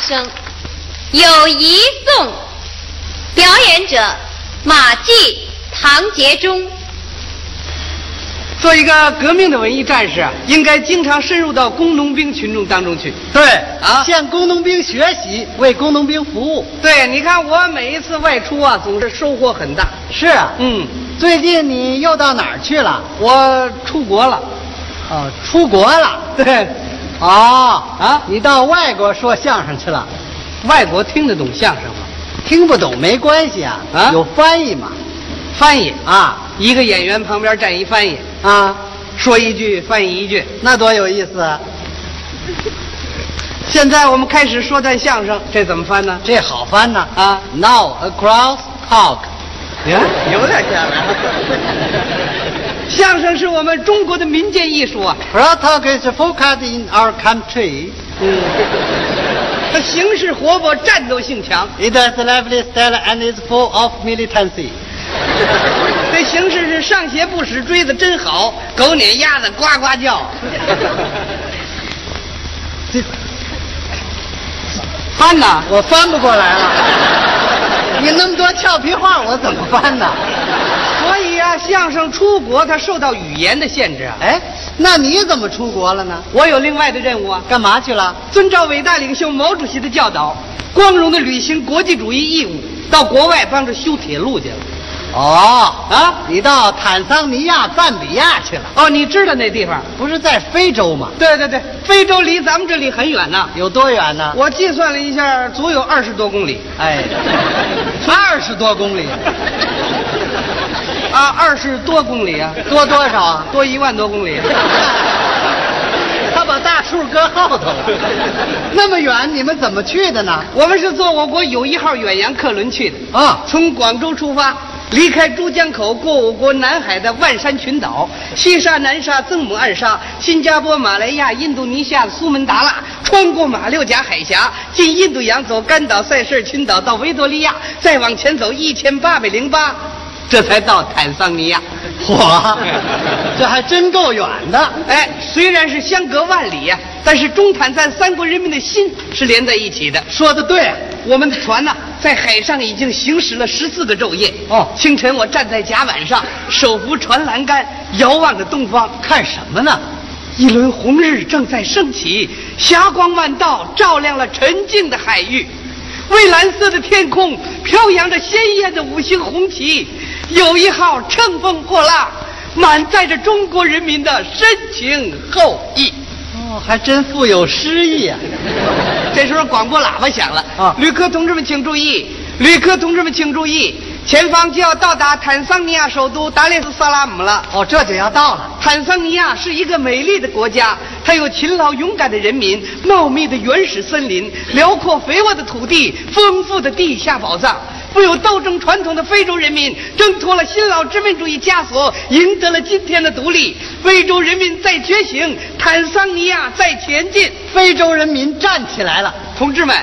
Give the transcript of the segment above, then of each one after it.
声，有一纵，表演者马季、唐杰忠。做一个革命的文艺战士啊，应该经常深入到工农兵群众当中去。对 啊向工农兵学习，为工农兵服务。对，你看我每一次外出啊，总是收获很大。是啊，嗯，最近你又到哪儿去了？我出国了。哦，出国 了。对，哦啊你到外国说相声去了，外国听得懂相声吗？听不懂没关系啊，啊有翻译嘛。翻译啊，啊一个演员旁边站一翻译，啊，说一句翻译一句。那多有意思啊！现在我们开始说段相声，这怎么翻呢？这好翻呐啊哎！Now across talk，你看，有点像啊。相声是我们中国的民间艺术啊， Cross talk is focused in our country. 它形式活泼，战斗性强。 It has lively style and is full of militancy. 这形式是上学不使锥子真好，狗撵鸭子呱呱叫。 这翻呐，我翻不过来 了。你那么多俏皮话，我怎么翻呢？所以啊，相声出国它受到语言的限制啊。哎，那你怎么出国了呢？我有另外的任务啊，干嘛去了？遵照伟大领袖毛主席的教导，光荣的履行国际主义义务，到国外帮着修铁路去了。哦，啊，你到坦桑尼亚、赞比亚去了，哦，你知道那地方？不是在非洲吗？对对对，非洲离咱们这里很远呐、有多远呢？我计算了一下，足有二十多公里 哎，二十多公里，啊，二十多公里啊，多多少啊？多一万多公里。他把大树搁后头了。 那么远，你们怎么去的呢？我们是坐我国友谊号远洋客轮去的，啊，从广州出发，离开珠江口，过我国南海的万山群岛、西沙、南沙、曾母暗沙、新加坡、马来亚、印度尼西亚的苏门答腊，穿过马六甲海峡，进印度洋，走甘岛、塞舌尔群岛，到维多利亚，再往前走一千八百零八，这才到坦桑尼亚。 嚯，这还真够远的。哎，虽然是相隔万里呀、但是中坦赞三国人民的心是连在一起的。说的对，啊我们的船呢、在海上已经行驶了十四个昼夜。哦清晨我站在甲板上，手扶船栏杆，遥望着东方，看什么呢？一轮红日正在升起，霞光万道，照亮了沉静的海域。蔚蓝色的天空飘扬着鲜艳的五星红旗，友谊号乘风破浪，满载着中国人民的深情厚谊。哦，还真富有诗意啊！这时候广播喇叭响了啊旅客同志们请注意，旅客同志们请注意，前方就要到达坦桑尼亚首都达列斯萨拉姆了。哦，这就要到了。坦桑尼亚是一个美丽的国家，它有勤劳勇敢的人民、茂密的原始森林、辽阔肥沃的土地、丰富的地下宝藏。富有斗争传统的非洲人民挣脱了新老殖民主义枷锁，赢得了今天的独立。非洲人民在觉醒，坦桑尼亚在前进。非洲人民站起来了，同志们，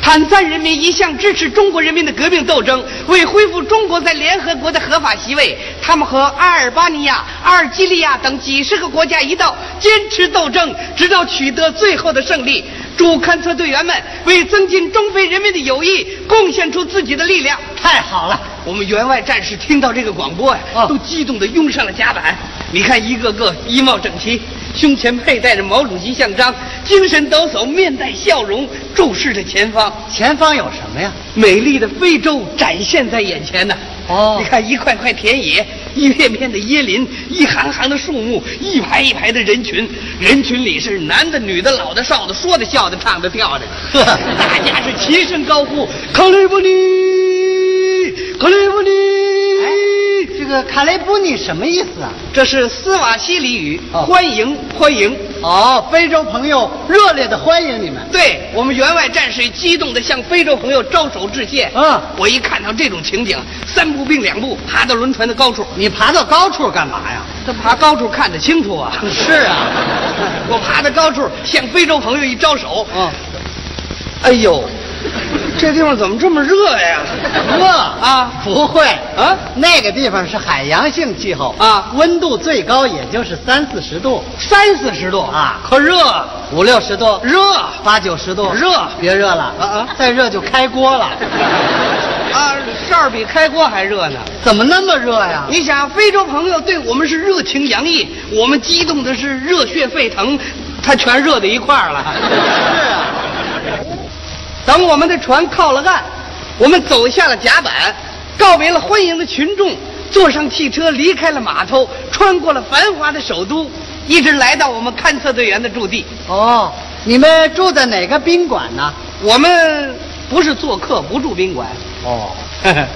坦赞人民一向支持中国人民的革命斗争，为恢复中国在联合国的合法席位，他们和阿尔巴尼亚、阿尔及利亚等几十个国家一道坚持斗争，直到取得最后的胜利。祝勘测队员们为增进中非人民的友谊贡献出自己的力量。太好了！我们员外战士听到这个广播呀、啊都激动地拥上了甲板。你看，一个个衣帽整齐，胸前佩戴着毛主席像章，精神抖擞，面带笑容，注视着前方。前方有什么呀？美丽的非洲展现在眼前呢、哦你看一块块田野，一片片的椰林，一行行的树木，一排一排的人群，人群里是男的、女的、老的、少的，说的、笑的、唱的、跳的，呵，大家是齐声高呼：“卡雷布尼，卡雷布尼！”哎这个卡雷布尼什么意思啊？这是斯瓦希里语，哦欢迎，欢迎。哦，非洲朋友热烈的欢迎你们。对我们员外战士激动地向非洲朋友招手致谢。嗯我一看到这种情景，三步并两步爬到轮船的高处，你爬到高处干嘛呀？这爬高处看得清楚 啊！是啊，哦我爬到高处向非洲朋友一招手，嗯，哎呦，哦这地方怎么这么热呀？热啊不会啊那个地方是海洋性气候啊温度最高也就是三四十度，三四十度啊可热五六十度，热啊八九十度，热别热了，啊啊再热就开锅了。啊！这儿比开锅还热呢。怎么那么热呀？你想，非洲朋友对我们是热情洋溢，我们激动的是热血沸腾，他全热到一块儿了。是啊，等我们的船靠了岸，我们走下了甲板，告别了欢迎的群众，坐上汽车离开了码头，穿过了繁华的首都，一直来到我们勘测队员的驻地。哦，你们住在哪个宾馆呢？我们不是做客，不住宾馆， 哦，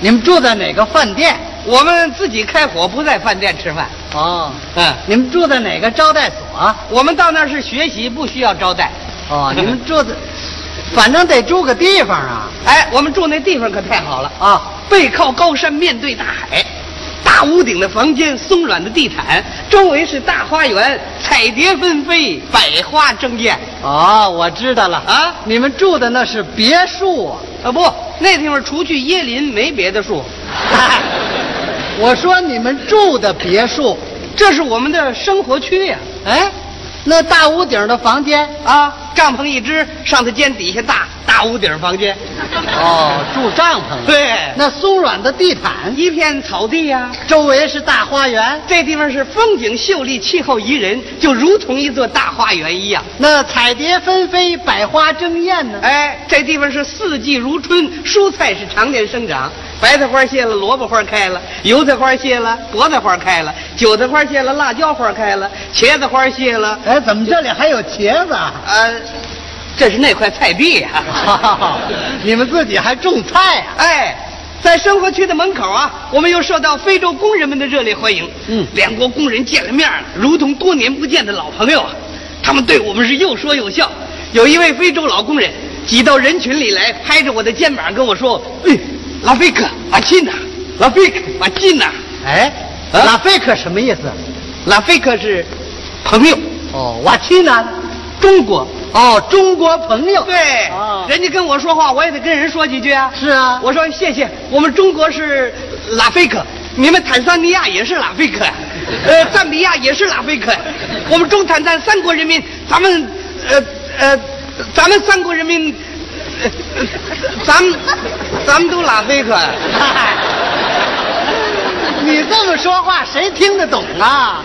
你们住在哪个饭店？我们自己开火，不在饭店吃饭。哦，嗯，你们住在哪个招待所？我们到那儿是学习，不需要招待。 哦，你们住在，反正得住个地方啊 哎，我们住那地方可太好了啊！啊！背靠高山，面对大海，大屋顶的房间，松软的地毯，周围是大花园，彩蝶纷飞，百花争艳。哦，我知道了啊你们住的那是别墅啊！啊不，那地方除去椰林没别的树， 嗨我说你们住的别墅，这是我们的生活区呀、哎，那大屋顶的房间，啊！帐篷一支，上头尖底下大大屋顶房间，哦，住帐篷了。对，那松软的地毯，一片草地呀、周围是大花园，这地方是风景秀丽，气候宜人，就如同一座大花园一样。那彩蝶纷飞，百花争艳呢。哎，这地方是四季如春，蔬菜是常年生长，白菜花谢了，萝卜花开了，油菜花谢了，菠菜花开了，韭菜花谢了，辣椒花开了，茄子花谢了，哎，怎么这里还有茄子啊？ 呃，这是那块菜啊地呀、 你们自己还种菜啊？哎，在生活区的门口啊，我们又受到非洲工人们的热烈欢迎。嗯两国工人见了面了，如同多年不见的老朋友啊，他们对我们是又说又笑。有一位非洲老工人挤到人群里来，拍着我的肩膀跟我说：“哎，拉菲克，马进呐，拉菲克，马进呐，哎，啊拉菲克什么意思？拉菲克是朋友，哦，瓦奇呢？中国。”哦，中国朋友。对，哦人家跟我说话，我也得跟人说几句啊。是啊， 我说谢谢，我们中国是拉菲克，你们坦桑尼亚也是拉菲克，呃，赞比亚也是拉菲克，我们中坦赞三国人民，咱们呃呃，咱们三国人民，呃呃咱们咱们都拉菲克。嗨你这么说话，谁听得懂啊？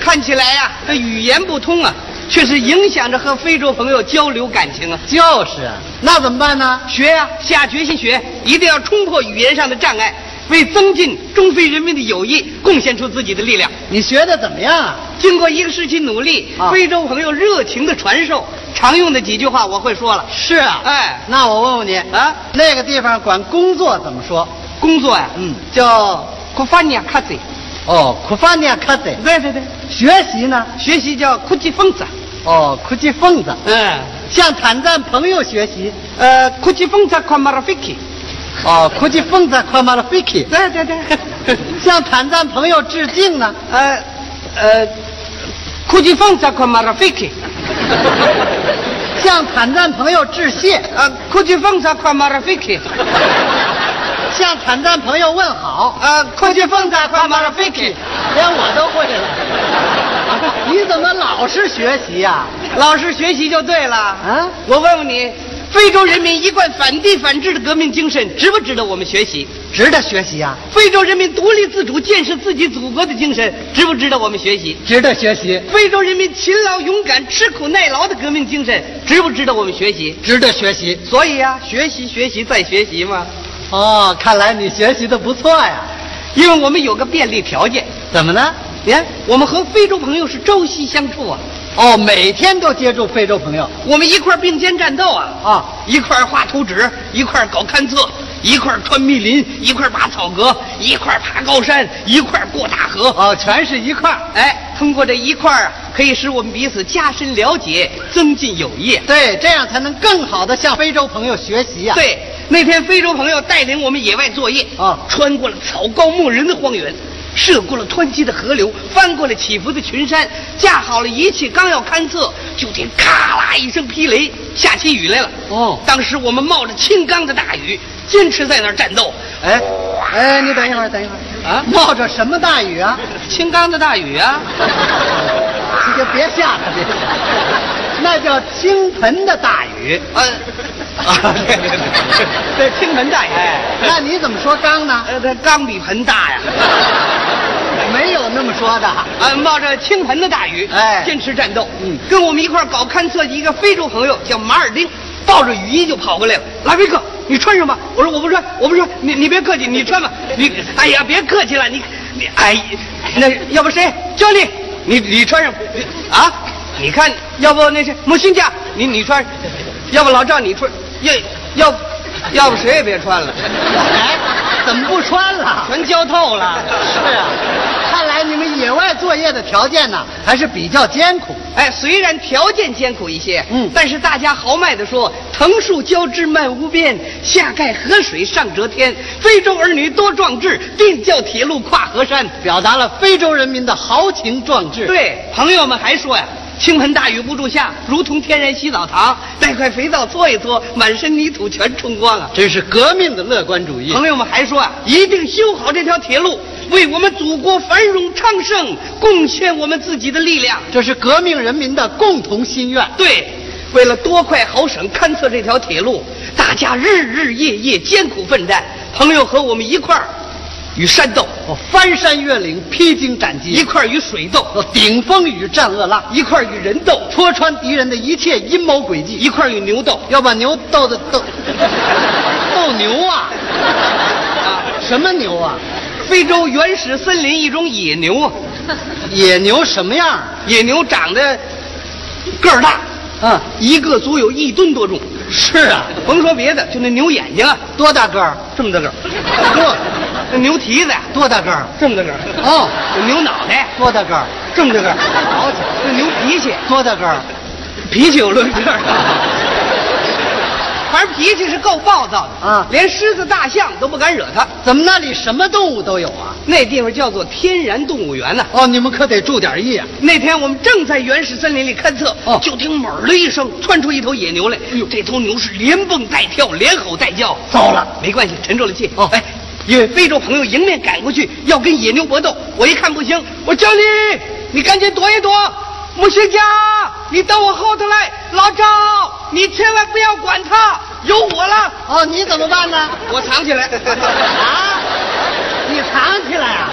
看起来呀、这语言不通啊，却是影响着和非洲朋友交流感情啊。就是啊，那怎么办呢？学呀、下决心学，一定要冲破语言上的障碍，为增进中非人民的友谊贡献出自己的力量。你学的怎么样啊？经过一个世纪努力，啊非洲朋友热情的传授，常用的几句话我会说了。是啊，哎那我问问你啊，那个地方管工作怎么说？工作呀、嗯叫 k u f a n i a k a z i 哦，库法尼亚卡德。对对对，学习呢？学习叫 k u j i f n z 哦，库吉疯子，嗯，向坦赞朋友学习。呃 k u j i f n z a k w a m a r a f i k i 哦，库吉疯子夸马拉菲奇，对对对， 向坦赞朋友致敬呢。 呃呃 k u j i f n z a k w a m a r a f i k i 向坦赞朋友致谢，呃 k u j i f n z a k w a m a r a f i k i 向坦赞朋友问好。呃 k u j i f n z a k w a m a r a f i k i 连我都会了。 你怎么老是学习呀、老师学习就对了。啊我问问你，非洲人民一贯反帝反制的革命精神，值不值得我们学习？值得学习呀、非洲人民独立自主、建设自己祖国的精神，值不值得我们学习？值得学习，非洲人民勤劳、勇敢、吃苦耐劳的革命精神，值不值得我们学习？值得学习。所以啊，学习、学习再学习嘛。哦，看来你学习的不错呀。因为我们有个便利条件，怎么呢？你看，我们和非洲朋友是朝夕相处啊，哦，每天都接触非洲朋友我们一块儿并肩战斗啊。啊。一块儿画图纸，一块儿搞勘测，一块儿穿密林，一块儿拔草格，一块儿爬高山，一块儿过大河。哦，全是一块儿。哎，通过这一块儿啊，可以使我们彼此加深了解，增进友谊。对，这样才能更好的向非洲朋友学习呀、，对，那天非洲朋友带领我们野外作业啊穿过了草高牧人的荒原，涉过了湍急的河流，翻过了起伏的群山，架好了仪器，刚要勘测，就听咔啦一声霹雷，下起雨来了。哦当时我们冒着青冈的大雨，坚持在那儿战斗。哎，哎，你等一会儿，等一会儿啊冒着什么大雨啊？青冈的大雨啊，你就别吓他去，那叫倾盆的大雨。呃，啊，对对对，对倾盆大雨。 那你怎么说刚呢？呃，它缸比盆大呀。没有那么说的。啊，冒着倾盆的大雨，哎坚持战斗。嗯跟我们一块儿搞勘测的一个非洲朋友叫马尔丁，抱着雨衣就跑过来了。拉菲克，你穿上吧。我说我不穿，我不穿。你你别客气，你穿吧。你哎呀，别客气了，你你哎，那要不谁？教练，你你穿上吧啊？你看，要不那谁，莫辛加，你你穿上，要不老赵你穿，要要要不谁也别穿了，哎，怎么不穿了？全浇透了。是啊，看来你们野外作业的条件呢，还是比较艰苦。哎，虽然条件艰苦一些，嗯但是大家豪迈地说：“藤树交织漫无边，下盖河水上遮天。非洲儿女多壮志，定叫铁路跨河山。表达了非洲人民的豪情壮”志。，对，朋友们还说呀。倾盆大雨不住下，如同天然洗澡堂，带块肥皂搓一搓，满身泥土全冲光啊！真是革命的乐观主义。朋友们还说啊，一定修好这条铁路，为我们祖国繁荣昌盛贡献我们自己的力量。这是革命人民的共同心愿。对，为了多快好省勘测这条铁路，大家日日夜夜艰苦奋战。朋友和我们一块儿与山斗，我哦翻山越岭，披荆斩一棘，哦块儿与水斗，我顶风雨战恶浪，一块儿与人斗，戳穿敌人的一切阴谋诡计，一块儿与牛斗。要把牛斗的斗斗牛啊！啊，什么牛啊？非洲原始森林一种野牛啊，野牛什么样？野牛长得个儿大，啊，一个足有一吨多重。是啊，甭说别的，就那牛眼睛啊，多大个儿？这么大个儿，哦多那牛蹄子呀、多大个儿？这么大个儿，哦，那牛脑袋多大个儿？这么大个儿，那牛脾气。多大个儿？脾气有论个儿，反正脾气是够暴躁的啊连狮子、大象都不敢惹他。怎么那里什么动物都有啊？那地方叫做天然动物园呢、哦，你们可得注点意啊！那天我们正在原始森林里勘测，哦就听猛儿的一声窜出一头野牛来。哎这头牛是连蹦带跳，连吼带叫。糟了，没关系，沉住了气。哦哎，因为非洲朋友迎面赶过去要跟野牛搏斗，我一看不行，我教练，你赶紧躲一躲。穆学家，你到我后头来。老赵，你千万不要管他，有我了。哦，你怎么办呢？我藏 起来，啊，你藏起来啊？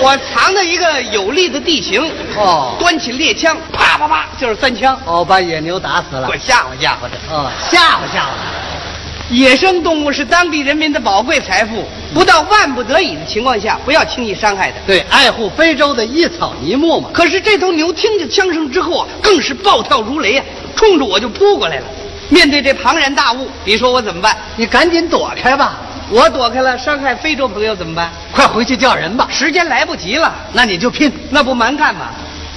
我藏在一个有利的地形。哦端起猎枪，啪啪啪就是三枪。哦，把野牛打死了我。吓唬吓唬他。哦，吓唬吓唬他。野生动物是当地人民的宝贵财富，不到万不得已的情况下，不要轻易伤害它。对，爱护非洲的一草一木嘛。可是这头牛听见枪声之后啊，更是暴跳如雷啊，冲着我就扑过来了。面对这庞然大物，你说我怎么办？你赶紧躲开吧，我躲开了，伤害非洲朋友怎么办？快回去叫人吧。时间来不及了，那你就拼，那不蛮干吗？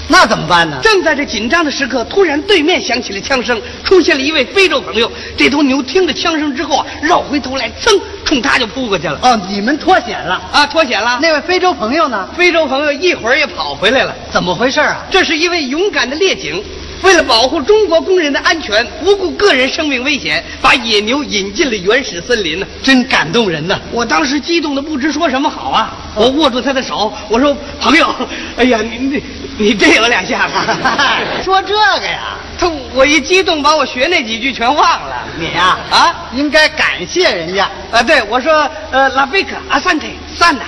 那怎么办呢？正在这紧张的时刻，突然对面响起了枪声，出现了一位非洲朋友。这头牛听着枪声之后啊，绕回头来，噌，冲他就扑过去了。哦，你们脱险了。啊，脱险了。那那位非洲朋友呢？ 非洲朋友一会儿也跑回来了。怎么回事啊？这是一位勇敢的猎警，为了保护中国工人的安全，不顾个人生命危险，把野牛引进了原始森林呢。真感动人呐！我当时激动的不知说什么好啊！我握住他的手，我说：“朋友，哎呀，你你你这有两下子。说这个呀，”他我一激动，把我学那几句全忘了。你呀啊应该感谢人家。啊，对我说：“呃，拉菲克阿桑特散呐，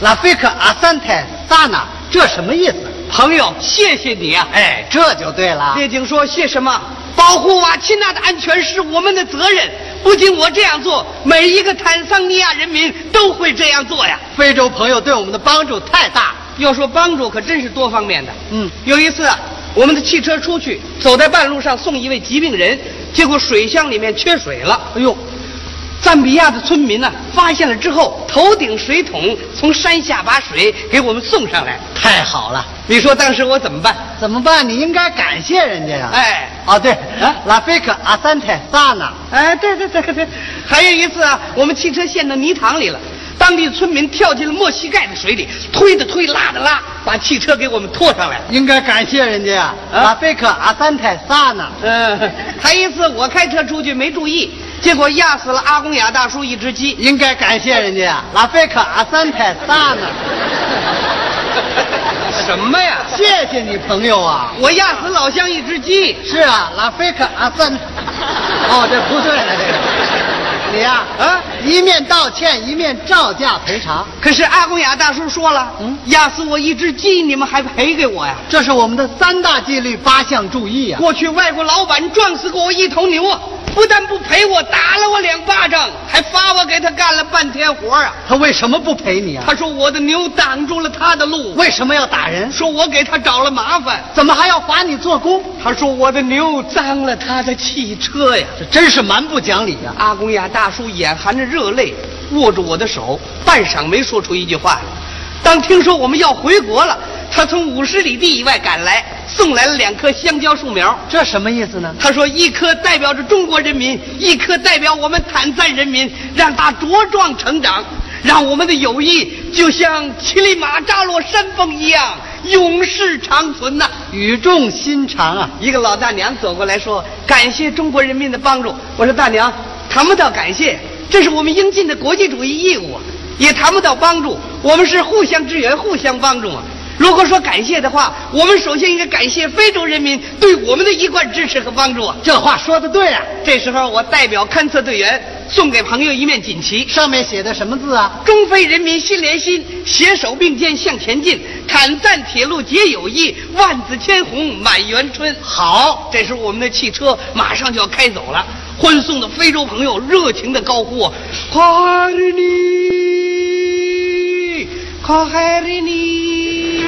拉菲克阿三泰萨纳，这什么意思？朋友，谢谢你啊！”哎，这就对了。列警说：“谢什么？保护瓦齐纳的安全是我们的责任。不仅我这样做，每一个坦桑尼亚人民都会这样做呀。非洲朋友对我们的帮助太大。”要说帮助，可真是多方面的。嗯有一次啊，我们的汽车出去，走在半路上送一位疾病人，结果水箱里面缺水了。哎呦，赞比亚的村民呢、发现了之后，头顶水桶从山下把水给我们送上来。太好了！你说当时我怎么办？怎么办？你应该感谢人家呀。，哎，哦对，啊拉菲克阿三泰萨纳，哎，对对对对，还有一次啊，我们汽车陷到泥塘里了，当地村民跳进了没膝盖的水里，推的推，拉的拉，把汽车给我们拖上来了。应该感谢人家呀，啊阿贝克阿三泰萨呢。嗯，还一次我开车出去没注意，结果压死了阿公雅大叔一只鸡。应该感谢人家呀，拉贝克阿三泰萨呢。什么呀？谢谢你朋友啊。我压死老乡一只鸡。是啊，拉菲克阿三。哦，这不对了，这个。你呀、啊，啊一面道歉，一面照价赔偿，可是阿公雅大叔说了，嗯压死我一只鸡，你们还赔给我呀？这是我们的三大纪律八项注意啊。过去外国老板撞死过我一头牛啊，不但不赔我，打了我两巴掌，还罚我给他干了半天活啊。他为什么不赔你啊？他说我的牛挡住了他的路，为什么要打人？说我给他找了麻烦。怎么还要罚你做工？他说我的牛脏了他的汽车呀。这真是蛮不讲理啊呀、阿公雅大叔眼含着热泪，握住我的手，半晌没说出一句话来。当听说我们要回国了，他从五十里地以外赶来，送来了两棵香蕉树苗。这什么意思呢？他说：“一棵代表着中国人民，一棵代表我们坦赞人民，让它茁壮成长，让我们的友谊就像乞力马扎罗山峰一样永世长存呐、语重心长啊！一个老大娘走过来说：“感谢中国人民的帮助。”我说：“大娘，谈不到感谢，这是我们应尽的国际主义义务啊，也谈不到帮助，我们是互相支援、互相帮助啊。如果说感谢的话，我们首先应该感谢非洲人民对我们的一贯支持和帮助啊。”这话说的对啊。这时候，我代表勘测队员送给朋友一面锦旗，上面写的什么字啊？中非人民心连心，携手并肩向前进，坦赞铁路结友谊，万紫千红满园春。好，这时候我们的汽车马上就要开走了，欢送的非洲朋友热情的高呼：“卡里尼，卡海里尼，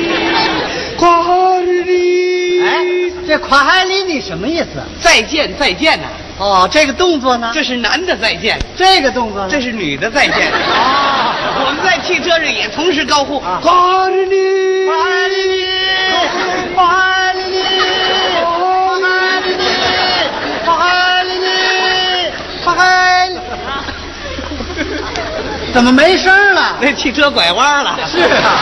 卡海里尼！”哎，这夸海里你什么意思啊？再见，再见呐、哦，这个动作呢？这是男的再见。这个动作呢？这是女的再见。啊我们在汽车上也同时高呼啊“卡里尼夸里里，夸里里，夸里里，夸里里，夸里里。怎么没声儿”，了？那汽车拐弯了。是啊，